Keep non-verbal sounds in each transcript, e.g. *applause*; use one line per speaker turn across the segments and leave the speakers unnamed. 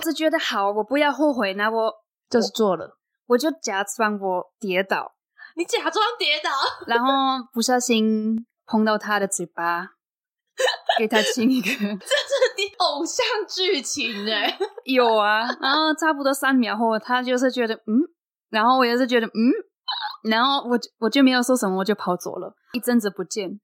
只觉得好，我不要后悔，那我
就是做了。
我就假装我跌倒，
你假装跌倒， *laughs*
然后不小心碰到他的嘴巴，给他亲一个。
这是你偶像剧情哎、
有啊，然后差不多三秒后，他就是觉得嗯，然后我也是觉得嗯，然后我就我就没有说什么，我就跑走了，一阵子不见。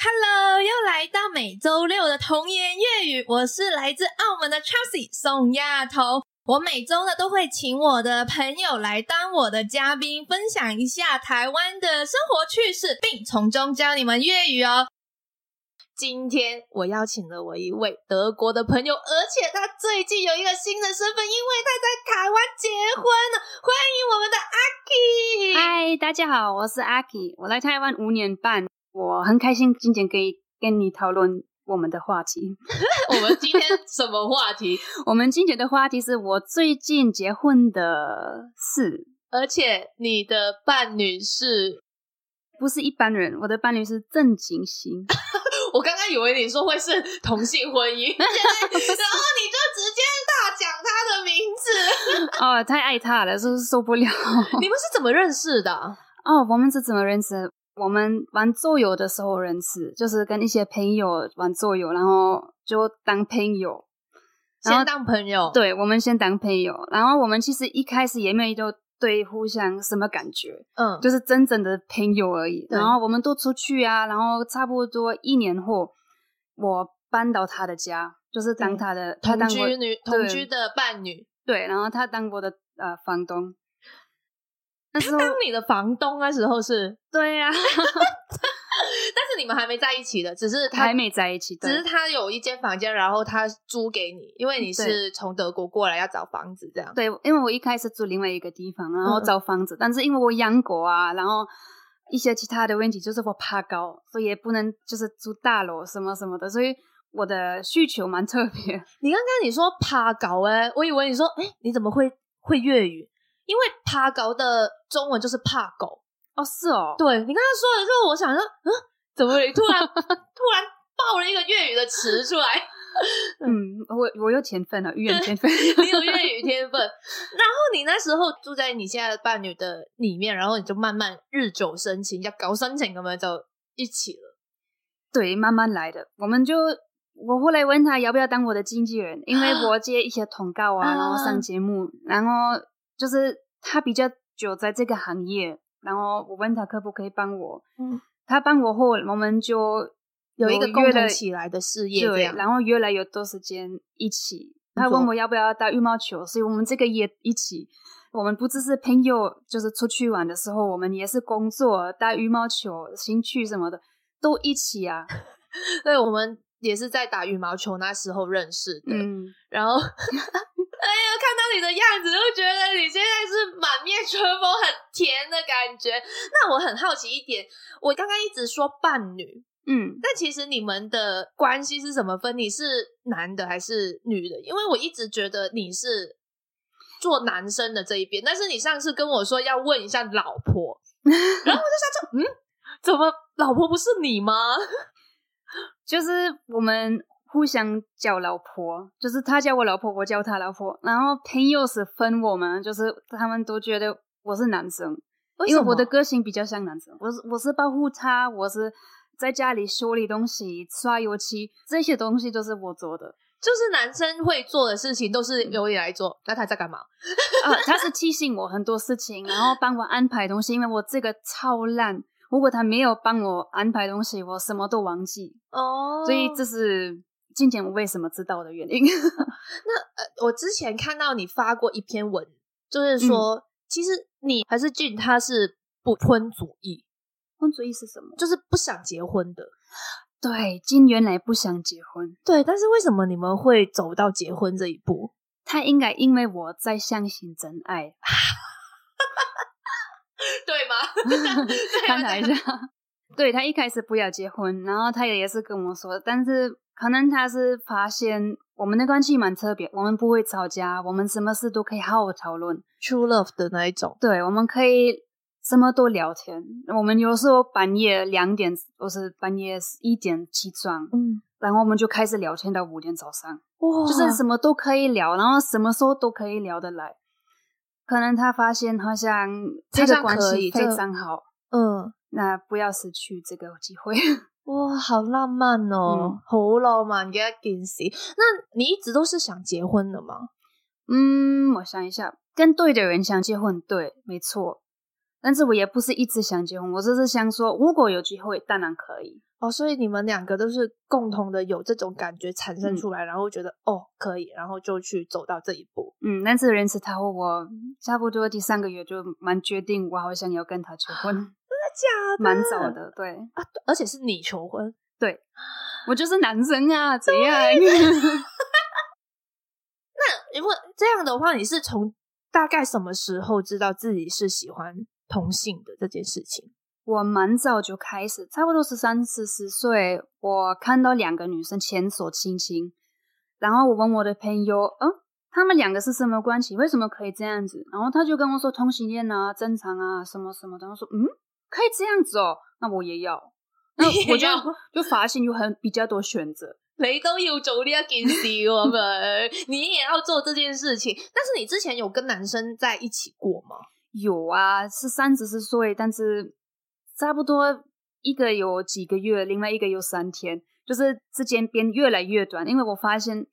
Hello，又来到每周六的童言粤语，我是来自澳门的 Chelsea 宋亚彤。我每周呢都会请我的朋友来当我的嘉宾，分享一下台湾的生活趣事，并从中教你们粤语哦。今天我邀请了我一位德国的朋友，而且他最近有一个新的身份，因为他在台湾结婚了。欢迎我们的阿 K。
嗨，大家好，我是阿 K，我来台湾五年半，我很开心今天可以跟你讨论我们的话题。
*laughs* 我们今天什么话题？
我们今天的话题是我最近结婚的事，
而且你的伴侣是……
不是一般人，我的伴侣是正经型。 *laughs*
我刚刚以为你说会是同性
*laughs*
婚姻，现在然后你就直接大讲他的名字。
哦，太爱他了，就是受不了。 *laughs*
你们是怎么认识的啊？
哦，我们是怎么认识？我们玩桌游的时候认识，就是跟一些朋友玩桌游，然后就当朋友。然后
先当朋友，，
对，我们先当朋友，然后我们其实一开始也没有对互相什么感觉，
嗯，
就是真正的朋友而已。
对
然后我们都出去啊，然后差不多一年后，我搬到他的家，就是当
对
他的他
同
当我
居女同居的伴侣，
对，然后他当我的呃房东。那
*laughs*
时候
当你的房东那时候是，
对呀、
但是你们还没在一起的，只是他
还没在一起，
*laughs* 只是
对
他有一间房间，然后他租给你，因
嗯
为你是从德国过来要找房子这样。
对，因为我一开始住另外一个地方，然后
嗯嗯
找房子，但是因为我养狗啊，然后一些其他的问题，就是我怕高，所以也不能就是住大楼什么什么的，所以我的需求蛮特别。
你刚刚你说爬高哎、我以为你说哎、你怎么会会粤语？因为爬高的中文就是怕狗。
哦，是哦，
对你刚刚说的时候，我想说，嗯，怎么你突然突然爆了一个粤语的词出来？
嗯，我我有天分了，语言天分。
你有粤语天分。然后你那时候住在你现在的伴侣的里面，然后你就慢慢日久生情，要搞深情，咁样就一起了。
*laughs* 对，慢慢来的。我们就我后来问他要不要当我的经纪人，因为我接一些通告啊，
啊
然后上节目，然后就是他比较久在这个行业，然后我问他可不可以帮我，
嗯
他帮我后，我们就
有一个
约
共
了
同起来的事业，这
对，
样。
然后越来越多时间一起。他
工作
问我要不要打羽毛球，所以我们这个也一起。我们不只是朋友，就是出去玩的时候，我们也是工作、打羽毛球、兴趣什么的都一起啊。
对，我们也是在打羽毛球那时候认识的。
嗯，
然后，哎 *laughs* 呀，看到你的样子，就觉得你现在是满面春风，很甜的感觉。那我很好奇一点，我刚刚一直说伴侣，
嗯，
但其实你们的关系是怎么分？你是男的还是女的？因为我一直觉得你是做男生的这一边，但是你上次跟我说要问一下老婆，然后我就想说，嗯，怎么老婆不是你吗？ *laughs*
就是我们互相叫老婆，就是他叫我老婆，我叫他老婆。然后朋友是分我们，就是他们都觉得我是男生，因
什
为我的
么
个性比较像男生，我是我是保护他，我是在家里修理东西、刷油漆这些东西都是我做的。
就是男生会做的事情都是由你来做，那他在干嘛？
啊，他是提醒我很多事情，然后帮我安排东西，因为我这个超烂。如果他没有帮我安排东西，我什么都忘记，
哦
所以这是今天我为什么知道的原因。
我之前看到你发过一篇文，就是说，其实你还是俊他是不婚主义，
婚主义是什么？
就是不想结婚的。
对，金原来不想结婚，
对，但是为什么你们会走到结婚这一步？
他应该因为我在相信真爱。
*laughs* *laughs* 对吗？
看他一下， *laughs* 对他一开始不要结婚，然后他也是跟我说，但是可能他是发现我们的关系蛮特别，我们不会吵架，我们什么事都可以好好讨论，
True love 的那一种，
对，我们可以什么都聊天。我们有时候半夜两点或是半夜一点起床，
嗯，
然后我们就开始聊天到五点早上，
哇，
就是什么都可以聊，然后什么时候都可以聊得来。可能他发现好像这个
这样
关
可
系
以
非
这
常好，
嗯，
那不要失去这个机会。 *laughs*
哇，好浪漫哦，好浪漫嘅一件事。那你一直都是想结婚的吗？
嗯，我想一下，跟对的人想结婚，对，没错。但是我也不是一直想结婚，我只是想说，如果有机会，当然可以。
哦，所以你们两个都是共同的有这种感觉产生
嗯
出来，然后觉得哦可以，然后就去走到这一步。
嗯，但是认识他后，我差不多第三个月就蛮决定，我好像要跟他结婚，
真
蛮早的。对，
啊，对而且是你求婚，
我就是男生啊，怎
*laughs*
样？
因为这样的话，你是从大概什么时候知道自己是喜欢同性的这件事情？
我蛮早就开始，差不多是三四十岁，我看到两个女生牵手亲亲，然后我问我的朋友，嗯，他们两个是什么关系？为什么可以这样子？然后他就跟我说同性恋啊，正常啊，什么什么的。我说，嗯，可以这样子哦，那我也要。那
你 *laughs* 也
我就
要
就发现有很比较多选择，
你都要做呢一件事，我们 *laughs* 你也要做这件事情。但是你之前有跟男生在一起过吗？
有啊，是三十四岁，但是差不多一个有几个月，另外一个有三天，就是之间变越来越短。因为我发现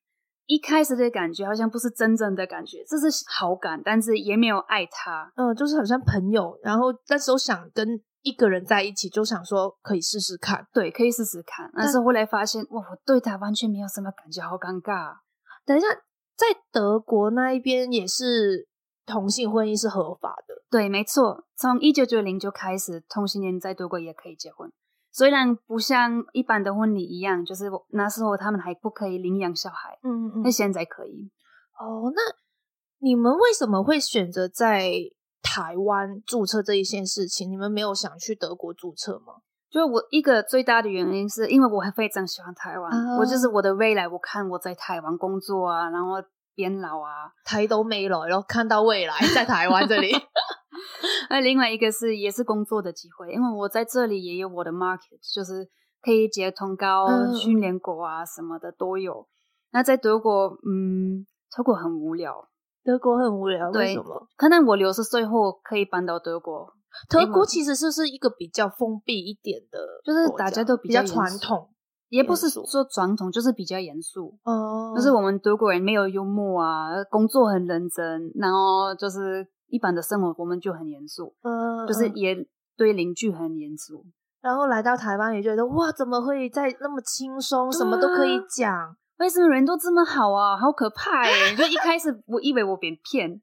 一开始的感觉好像不是真正的感觉，这是好感，但是也没有爱他。
嗯，就是好像朋友，然后那时候想跟一个人在一起，就想说可以试试看。
对，可以试试看。但是后来发现，哇，我对他完全没有什么感觉，好尴尬。啊
等一下，在德国那一边也是同性婚姻是合法的，
对，没错，从一九九零就开始，同性恋在德国也可以结婚。虽然不像一般的婚礼一样，就是我那时候他们还不可以领养小孩，
嗯嗯
那现在可以。
哦，那你们为什么会选择在台湾注册这一件事情？你们没有想去德国注册吗？
就我一个最大的原因，是因为我还非常喜欢台湾，
啊
我就是我的未来，我看我在台湾工作啊，然后变老
*laughs*
啊。
台都没来咯，看到未来在台湾这里。
那另外一个是也是工作的机会，因为我在这里也有我的 market，就是可以接通告、啊
嗯嗯
训练国啊什么的都有。那在德国，嗯，德国很无聊，
*laughs* 德国很无聊，为
对
什么？
可能我六十岁后可以搬到德国，
德
因为
国其实是是一个比较封闭一点的
就
国家，
是大家都
比
比较严
传
肃
统
也不是
严肃
说传统，就是比较严肃。
哦
就是我们德国人没有幽默啊，工作很认真，然后就是一般的生活我们就很严肃，
嗯
就是
嗯
也对邻居很严肃。
然后来到台湾也觉得哇，怎么会在那么轻松，什么都可以
对啊
讲？
为什么人都这么好啊？好可怕耶、就一开始我以为我被骗，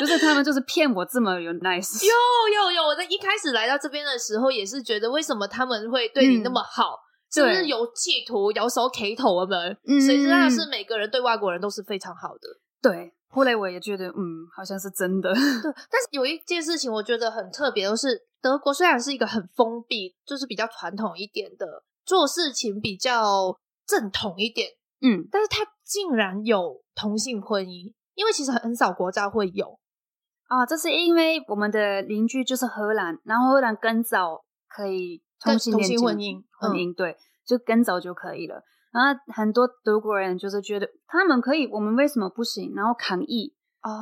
就是他们就是骗我这么有 nice。
有有有，我在一开始来到这边的时候也是觉得，为什么他们会对你那么好？是不是
对
有企图，有手 K 头我们？
嗯
谁知道是每个人对外国人都是非常好的。
对，后来我也觉得，嗯，好像是真的。 *laughs*
对，但是有一件事情我觉得很特别，就是德国虽然是一个很封闭，就是比较传统一点的，做事情比较正统一点，
嗯，
但是它竟然有同性婚姻，因为其实很少国家会有。
啊，这是因为我们的邻居就是荷兰，然后荷兰更早可以
跟
同性
同
恋
性
结
婚姻
婚
嗯
姻、对，就更早就可以了。然后很多德国人就是觉得他们可以，我们为什么不行？然后抗议，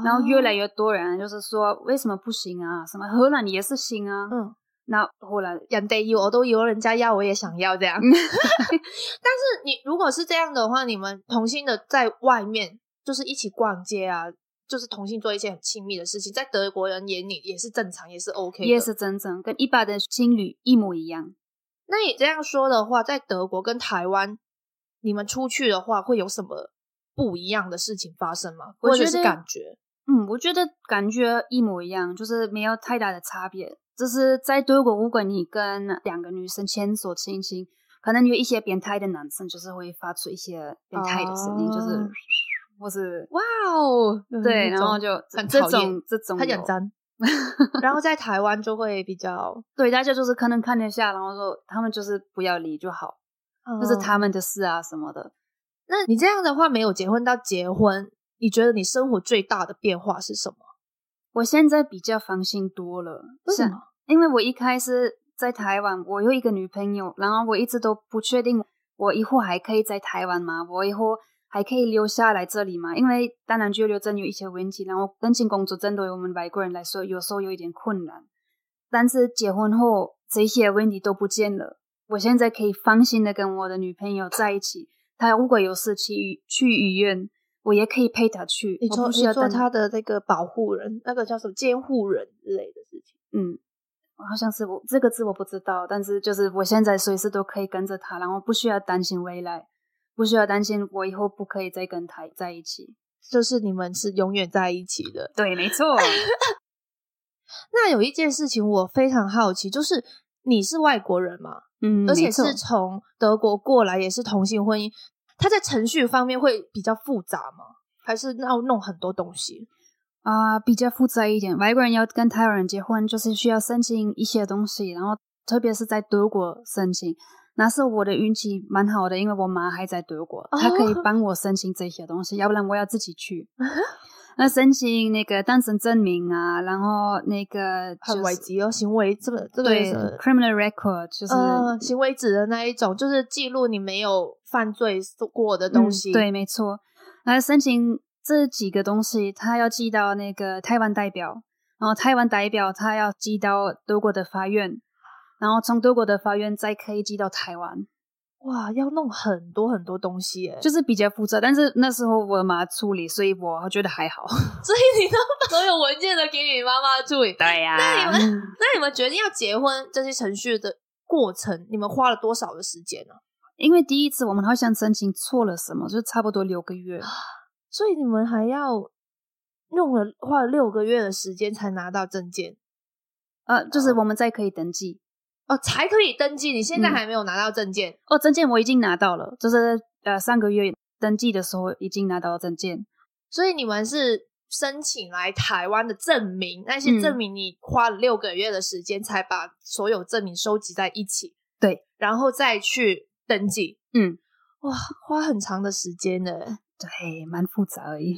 然后越来
越
越多人就是说为什么不行啊？什么荷兰也是行啊？
嗯。
那后来
人哋要我都要，人家要我也想要这
嗯
*laughs* 样。但是你如果是这样的话，你们同性的在外面就是一起逛街啊，就是同性做一些很亲密的事情，在德国人眼里也是正常，也是 OK 的。
也是真正跟一般的情侣一模一样。
那你这样说的话，在德国跟台湾，你们出去的话会有什么不一样的事情发生吗？
我
或者
觉
是
得
感觉？
嗯，我觉得感觉一模一样，就是没有太大的差别。就是在德国，如果你跟两个女生牵手亲亲，可能有一些变态的男生就是会发出一些变态的声音，就是
哦
或是
哇哦，
对，
那
然
种
后就
很
这
讨厌
种这种
他
有
讲脏， *laughs* 然后在台湾就会比较，
对大家就是可能看一下，然后说他们就是不要理就好，那、是
嗯
他们的事啊什么的。
那你这样的话，没有结婚到结婚，你觉得你生活最大的变化是什么？
我现在比较放心多了，
为什
像
么？
因为我一开始在台湾，我有一个女朋友，然后我一直都不确定我以后还可以在台湾吗？我以后还可以留下来这里吗？因为当然居留证有一些问题，然后申请工作证对我们外国人来说有时候有一点困难。但是结婚后这些问题都不见了，我现在可以放心的跟我的女朋友在一起。她如果有事去去医院，我也可以陪她去，
你
我
做
不
你
需要
做
等
他的那个保护人，那个叫什么监护人之类的事情。
嗯，好像是我这个字我不知道，但是就是我现在随时都可以跟着他，然后不需要担心未来，不需要担心我以后不可以再跟他在一起。
就是你们是永远在一起的。
对，没错。
那有一件事情我非常好奇，就是你是外国人嘛，
*laughs* 嗯，
而且
没错
是从德国过来，也是同性婚姻，它在程序方面会比较复杂吗？还是要弄很多东西？
啊、比较复杂一点。外国人要跟台湾人结婚，就是需要申请一些东西，然后特别是在德国申请。那时候我的运气蛮好的，因为我妈还在德国，她可
哦
以帮我申请这些东西，要不然我要自己
*laughs*
去。那申请那个单身证明啊，然后那个、就是、
很危急哦，行为这个这个
对
是
，criminal record 就是、
呃行为指的那一种，就是记录你没有犯罪过的东西。
嗯对，，没错。那申请这几个东西，他要寄到那个台湾代表，然后台湾代表他要寄到德国的法院，然后从德国的法院再可以寄到台湾，
哇，要弄很多很多东西耶，
就是比较复杂。但是那时候我妈处理，所以我觉得还好。
*laughs* 所以你都把所有文件都给你妈妈处理。
*laughs* 对呀、
那你
嗯
们那你们决定要结婚这些程序的过程，你们花了多少的时间呢、
因为第一次我们好像申请错了什么，就差不多六个 *gasps* 月。
所以你们还要用了花了六个月的时间才拿到证件
呃，就是我们再可以登记。
哦，才可以登记。你现在
嗯
还没有拿到证件，
哦，证件我已经拿到了，就是呃上个月登记的时候已经拿到证件。
所以你们是申请来台湾的证明，那些
嗯
证明你花了六个月的时间才把所有证明收集在一起，
对，
然后再去登记。
嗯，
哇，花很长的时间呢。
对，蛮复杂而已。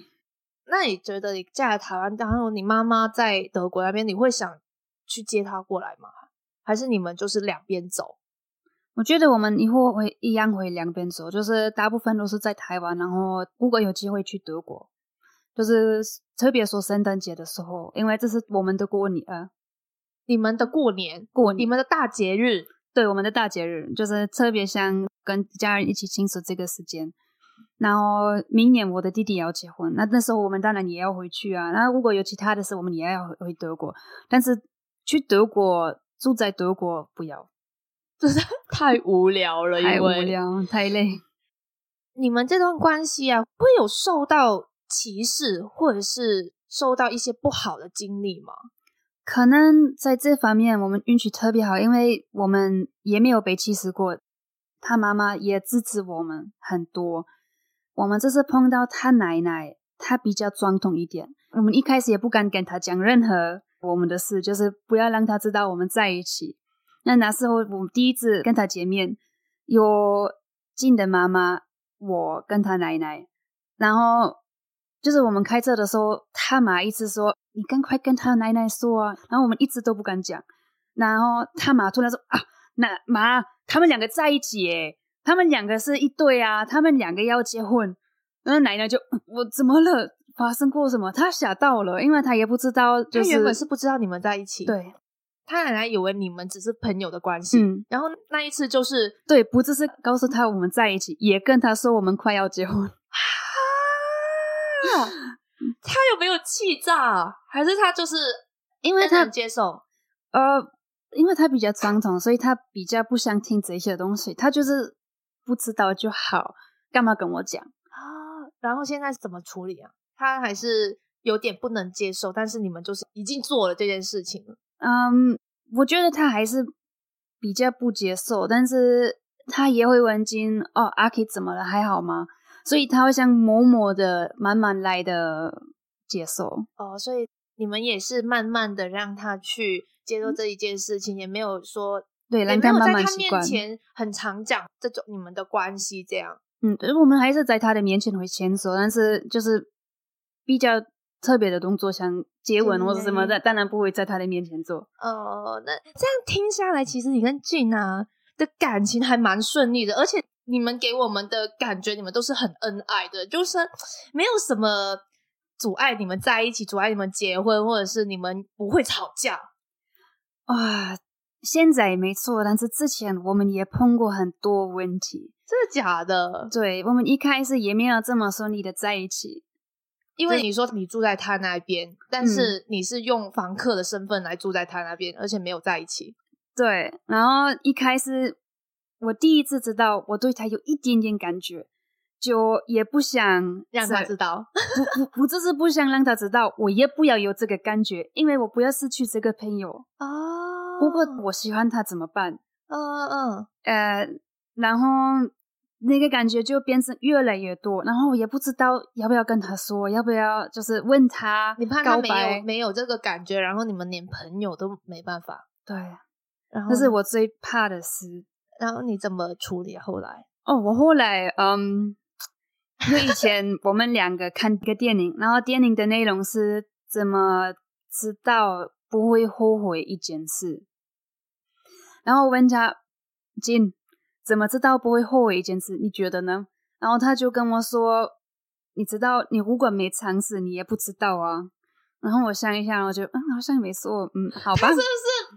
那你觉得你嫁来台湾，然后你妈妈在德国那边，你会想去接她过来吗？还是你们就是两边走？
我觉得我们以后会一样会两边走，就是大部分都是在台湾，然后如果有机会去德国，就是特别说圣诞节的时候，因为这是我们的过年，呃，
你们的过年，
过年
你们的大
*laughs*
节日，
对我们的大节日，就是特别想跟家人一起庆祝这个时间。然后明年我的弟弟也要结婚，那那时候我们当然也要回去啊。那如果有其他的事，我们也要回回德国，但是去德国住在德国不要，
太无聊了
太无。聊，太累。
你们这段关系啊，会有受到歧视，或者是受到一些不好的经历吗？
可能在这方面我们运气特别好，因为我们也没有被歧视过。他妈妈也支持我们很多。我们这次碰到他奶奶，她比较传统一点。我们一开始也不敢跟他讲任何我们的事，就是不要让他知道我们在一起。那那时候我们第一次跟他见面，有静的妈妈，我跟他奶奶，然后就是我们开车的时候，他妈一直说啊你赶快跟他奶奶说啊，然后我们一直都不敢讲，然后他妈突然说啊，那妈他们两个在一起耶，他们两个是一对啊，他们两个要结婚，然后奶奶就嗯我怎么了？发生过什么？她吓到了，因为她也不知道，就
她
是
原本
*laughs*
是不知道你们在一起，，
对，
她奶奶以为你们只是朋友的关系，
嗯，
然后那一次就是
对，不只是告诉他我们在一起，也跟他说我们快要结婚。 *laughs*
啊，他有没有气炸？还是他就是
因为
很
他
难接受？
呃，因为他比较传统，所以他比较不想听这些东西，他就是不知道就好，干嘛跟我讲？
啊，然后现在怎么处理啊？他还是有点不能接受，但是你们就是已经做了这件事情了。
嗯，我觉得他还是比较不接受，但是他也会问金哦，阿 K 怎么了？还好吗？所以他会像某某的慢慢来的接受。
哦，所以你们也是慢慢的让他去接受这一件事情，也没有说，
对，
也
让
没
他
有
慢
在
慢
他
习惯
面。前很常讲这种你们的关系这样。
嗯，我们还是在他的面前会牵手，但是就是比较特别的动作，像接吻
对
或者什么的，当然不会在他的面前做。
哦，那这样听下来，其实你跟俊啊的感情还蛮顺利的，而且你们给我们的感觉，你们都是很恩爱的，就是 *sniffs* 没有什么阻碍你们在一起，阻碍你们结婚，或者是你们不会吵架。
啊，现在没错，但是之前我们也碰过很多问题。
真的假的？
对我们一开始也没有这么顺利的在一起，
因为你说你住在他那边，
嗯
但是你是用房客的身份来住在他那边，而且没有在一起。
对，然后一开始我第一次知道我对他有一点点感觉，就也不想
让他知
道，
道，
不不，我就是不想让他知道，我也不要有这个感觉，因为我不要失去这个朋友。
哦
如果我喜欢他怎么办？
嗯嗯，
呃，然后那个感觉就变成越来越多，然后我也不知道要不要跟他说，要不要就是问他，
你怕他
告
没有
白？
没有这个感觉，然后你们连朋友都没办法，
对，
然后
这是我最怕的事。
然后你怎么处理？后来
哦，我后来嗯，因为以前我们两个看一个电影，然后电影的内容是怎么知道不会后悔一件事，然后我问他金怎么知道不会后悔一件事，你觉得呢？然后他就跟我说，你知道你如果没尝试，你也不知道啊。然后我想一下，我就嗯，好像没错，嗯，好吧
他是，不是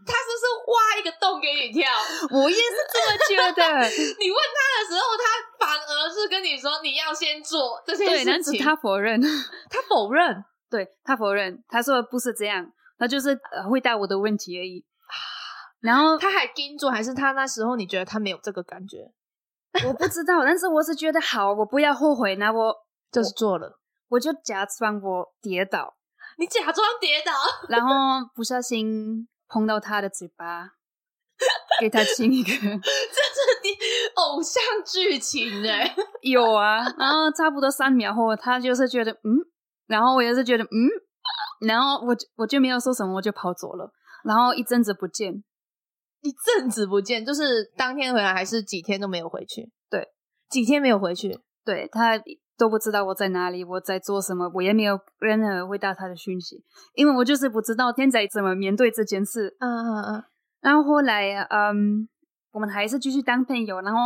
他是不是挖一个洞给你跳？
*laughs*
*laughs*
我也是这么觉得。
你问他的时候，他反而是跟你说你要先做这
*laughs* 对，
件
但
事
是
情，
他否认。
他否认。
对他否认，他说不是这样，他就是呃回答我的问题而已。然后
他还盯住，还是他那时候你觉得他没有这个感觉，
我不知道，但是我是觉得好，我不要后悔，那我
就是做了。
我就假装我跌倒，
你假装跌倒， *laughs*
然后不小心碰到他的嘴巴，给他亲一个。
这是你偶像剧情哎、
有啊，然后差不多三秒后，他就是觉得嗯，然后我也是觉得嗯，然后我就我就没有说什么，我就跑走了。然后一阵子不见，
*laughs* 一阵子不见，就是当天回来还是几天都没有回去？
对，
几天没有回去。
对他都不知道我在哪里，我在做什么，我也没有任何回答他的讯息，因为我就是不知道天仔怎么面对这件事。
嗯嗯嗯，
然后后来，嗯，我们还是继续当朋友，然后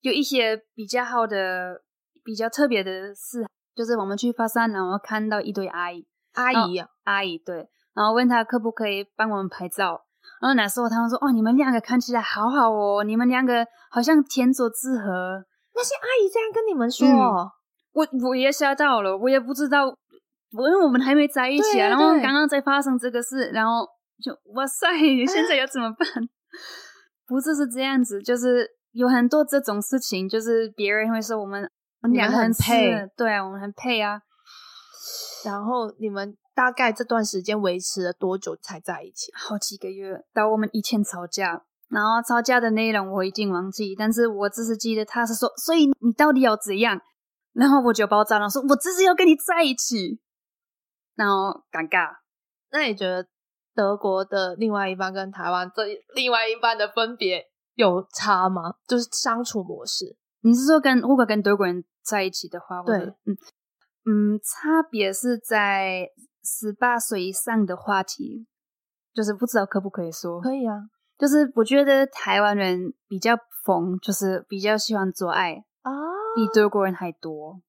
有一些比较好的、比较特别的事，就是我们去发山，然后看到一堆阿姨，
阿姨啊，
阿姨对，然后问她可不可以帮我们拍照。然后那时候他们说：“哦，你们两个看起来好好哦，你们两个好像天作之合。”
那些阿姨这样跟你们说、
嗯
哦
我我也吓到了，我也不知道，我因为我们还没在一起
对
啊，
啊
然后
对
刚刚才发生这个事，然后就哇塞，现在要怎么办？ *laughs* 不是是这样子，就是有很多这种事情，就是别人会说我们我们
你们
两个
很
适
配，
对啊，我们很配啊。
然后你们大概这段时间维持了多久才在一起？啊
好几个月到我们以前吵架，然后吵架的内容我已经忘记，但是我只是记得他是说，所以你到底要怎样？然后我就爆炸了，说我只是要跟你在一起，然后尴尬。
那你觉得德国的另外一半跟台湾这另外一半的分别有差吗？就是相处模式。
你是说跟如果跟德国人在一起的话，或者
对，
嗯嗯，差别是在十八岁以上的话题，就是不知道可不可以说，
以啊，
就是我觉得台湾人比较疯，就是比较喜欢做爱，
啊，
比德国人还多。
哦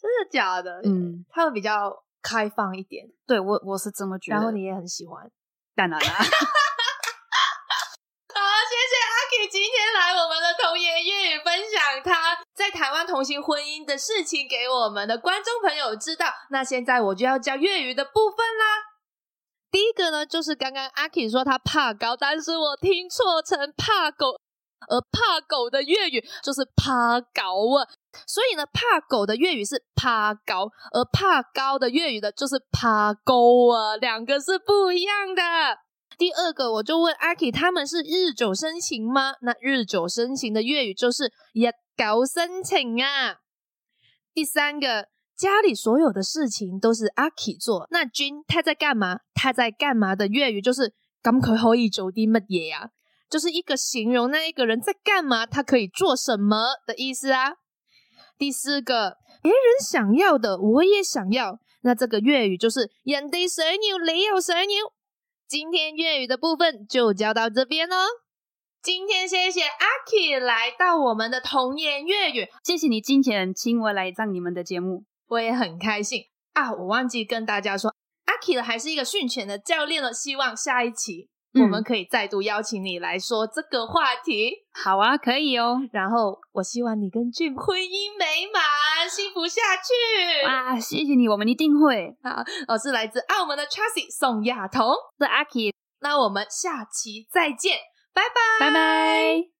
真的假的？，
嗯，
他们比较开放一点，
对我我是这么觉得。
然后你也很喜欢。
当然啦，
*laughs* 好，谢谢阿 K 今天来我们的童言粤语分享他在台湾同行婚姻的事情给我们的观众朋友知道。那现在我就要教粤语的部分啦。第一个呢，就是刚刚阿 K 说他怕高，但是我听错成怕狗，而怕狗的粤语就是怕狗啊。所以呢，怕狗的粤语是怕狗，而怕高的粤语的就是怕狗啊，两个是不一样的。第二个，我就问阿 K，他们是日久生情吗？那日久生情的粤语就是日久生情啊。第三个，家里所有的事情都是阿 K 做，那君他在干嘛？他在干嘛的粤语就是咁佢可以做啲乜嘢啊？就是一个形容那一个人在干嘛，他可以做什么的意思啊。第四个，别人想要的我也想要，那这个粤语就是“人哋水牛，你有水牛”。今天粤语的部分就教到这边哦。今天谢谢阿 K 来到我们的童言粤语，
谢谢你今天请我来上你们的节目。
我也很开心啊！我忘记跟大家说，阿 K 还是一个训犬的教练了。希望下一期我们
嗯
可以再度邀请你来说这个话题。
好啊，可以哦。
然后我希望你跟俊婚姻美满，幸福下去。
哇，谢谢你，我们一定会。
我是来自澳门的 Tracy 宋亚彤，
是阿 K，
那我们下期再见，拜拜，
拜拜。